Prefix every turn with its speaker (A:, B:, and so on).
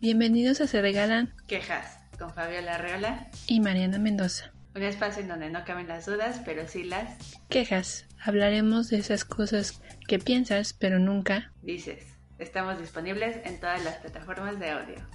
A: Bienvenidos a Se Regalan
B: Quejas con Fabiola Arreola,
A: y Mariana Mendoza.
B: un espacio en donde no caben las dudas, pero sí las
A: Quejas. Hablaremos de esas cosas que piensas pero nunca
B: dices. Estamos disponibles en todas las plataformas de audio.